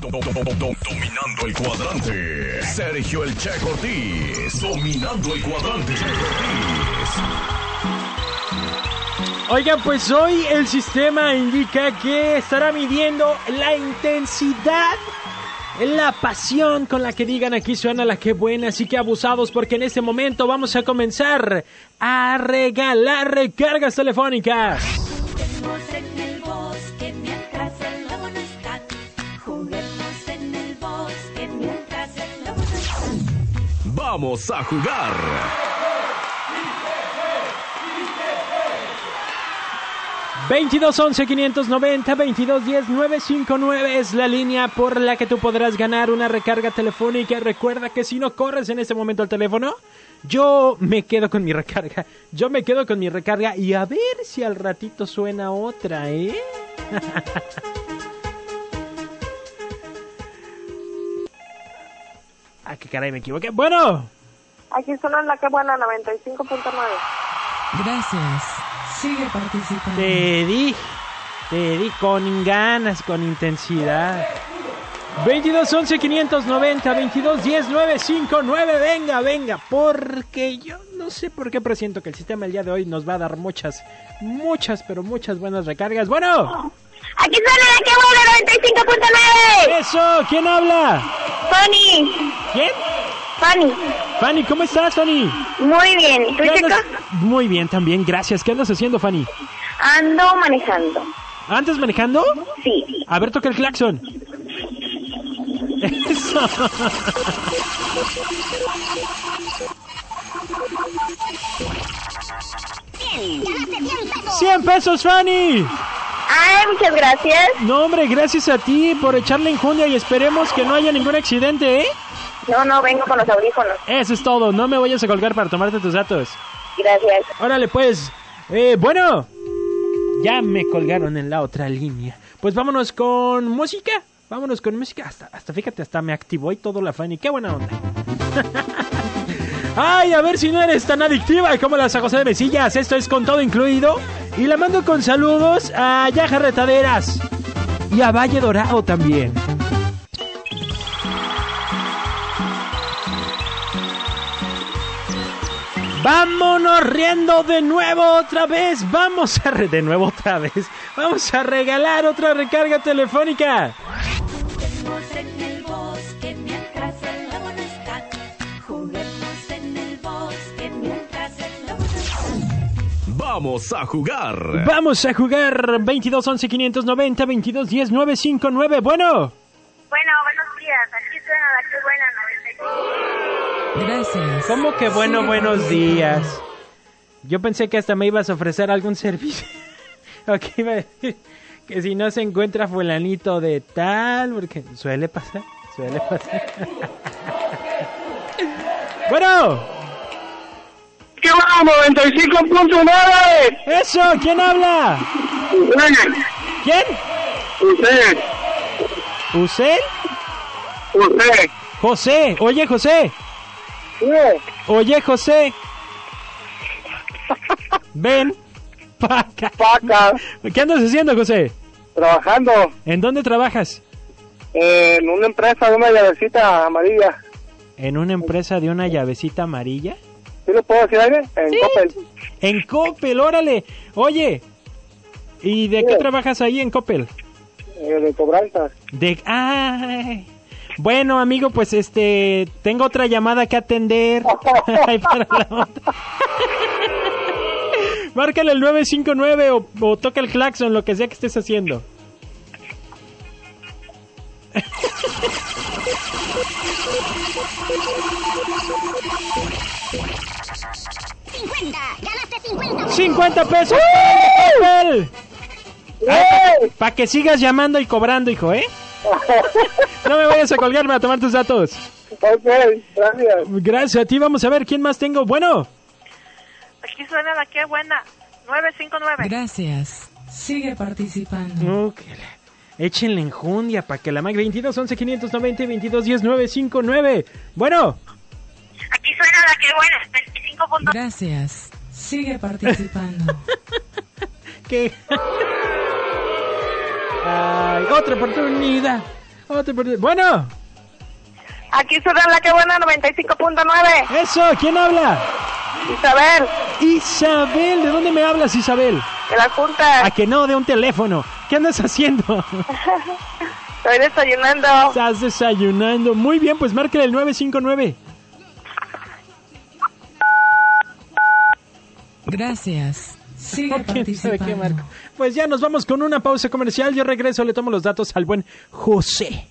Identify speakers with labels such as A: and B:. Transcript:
A: Do- do- do- do- dominando el cuadrante. Sergio el Che Ortiz. Dominando el cuadrante.
B: Oigan, pues hoy el sistema indica que estará midiendo la intensidad, la pasión con la que digan aquí suena la que buena, así que abusados porque en este momento vamos a comenzar a regalar recargas telefónicas.
C: Juguemos en el bosque mientras el lobo no está. Juguemos en el bosque mientras el lobo no está.
A: Vamos a jugar.
B: cinco nueve es la línea por la que tú podrás ganar una recarga telefónica. Recuerda que si no corres en este momento al teléfono, yo me quedo con mi recarga. Yo me quedo con mi recarga y a ver si al ratito suena otra, ¿eh? ah, qué caray, me equivoqué. Bueno,
D: Aquí solo en la que buena 95.9.
E: Gracias. Sigue participando.
B: Te di, te di con ganas, con intensidad. 22 11 590 22 10 959 venga venga porque yo no sé por qué presiento que el sistema el día de hoy nos va a dar muchas muchas pero muchas buenas recargas bueno
F: Aquí suena la que buena 95.9.
B: eso quién habla
F: Tony,
B: quién
F: Tony,
B: Fanny cómo estás Fanny
F: muy bien. ¿Y ¿Tú,
B: ¿Qué
F: chico?
B: andas- muy bien también gracias qué andas haciendo Fanny
F: Ando manejando.
B: antes manejando
F: Sí.
B: A ver, toca el claxon. Eso. ¡100 pesos, Fanny!
F: Ay, muchas gracias.
B: No, hombre, gracias a ti por echarle enjundia y esperemos que no haya ningún accidente, ¿eh?
F: No, no, vengo con los audífonos.
B: Eso es todo, no me vayas a colgar para tomarte tus datos.
F: Gracias.
B: Órale, pues. Eh, bueno, ya me colgaron en la otra línea. Pues vámonos con música. Vámonos con música. Hasta, hasta fíjate, hasta me activó y todo la Fanny. ¡Qué buena onda! Ay, a ver si no eres tan adictiva como la San José de Mesillas. Esto es con todo incluido. Y la mando con saludos a Yaja Retaderas. Y a Valle Dorado también. Vámonos riendo de nuevo otra vez. Vamos a re- de nuevo otra vez. Vamos a regalar otra recarga telefónica.
C: Juguemos en el bosque mientras el lobo no está. Juguemos en el bosque mientras el lobo no está.
A: Vamos a jugar.
B: Vamos a jugar 22 11 590 22 10 959. Bueno,
D: Bueno, buenos días. Aquí suena la que buena 95.
E: Gracias.
B: ¿cómo que bueno,
E: Sigue
B: buenos
E: participando.
B: días? Yo pensé que hasta me ibas a ofrecer algún servicio. Ok, iba a decir que si no se encuentra fulanito de tal, porque suele pasar, suele pasar. bueno,
G: ¡Qué bueno! ¡95.9!
B: eso, ¿quién habla?
G: Ustedes,
B: ¿Quién?
G: ustedes,
B: ¿Usted?
G: ustedes.
B: José, oye José, oye José. Ven, paca.
G: Paca,
B: ¿Qué andas haciendo, José?
G: trabajando
B: ¿En dónde trabajas?
G: en una empresa de una llavecita amarilla.
B: En una empresa de una llavecita amarilla.
G: ¿Sí lo puedo decir aire? En Coppel.
B: En Coppel, órale. Oye, ¿y de qué
G: Sí.
B: trabajas ahí en Coppel?
G: eh, de cobranzas.
B: De... ¡Ay! Bueno, amigo, pues este... Tengo otra llamada que atender. Ay, para la onda. Márcale el 959 o, o toca el claxon, lo que sea que estés haciendo. ¡50 pesos! para el papel!
G: ¡Eh!
B: Para que sigas llamando y cobrando, hijo, ¿eh? No me vayas a colgarme a tomar tus datos.
G: ok, gracias.
B: Gracias a ti. Vamos a ver quién más tengo. Bueno,
D: Aquí suena la que buena 959.
E: Gracias. Sigue participando.
B: no, que la- échenle enjundia para que la MAC 22 11 590 22 10 959. Bueno,
D: Aquí suena la que buena 25.9.
E: Gracias. Sigue participando.
B: que. Ay, otra oportunidad. Oh, te perdí. Bueno,
F: Aquí suena la que buena 95.9.
B: eso, ¿quién habla?
F: Isabel,
B: Isabel, ¿de dónde me hablas, Isabel?
F: de la
B: A
F: Junta.
B: que no, de un teléfono. ¿Qué andas haciendo?
F: Estoy desayunando.
B: Estás desayunando. Muy bien, pues márcale el 959.
E: Gracias. Sigue
B: ¿Quién sabe
E: participando.
B: qué, Marco? Pues ya nos vamos con una pausa comercial. Yo regreso, le tomo los datos al buen José.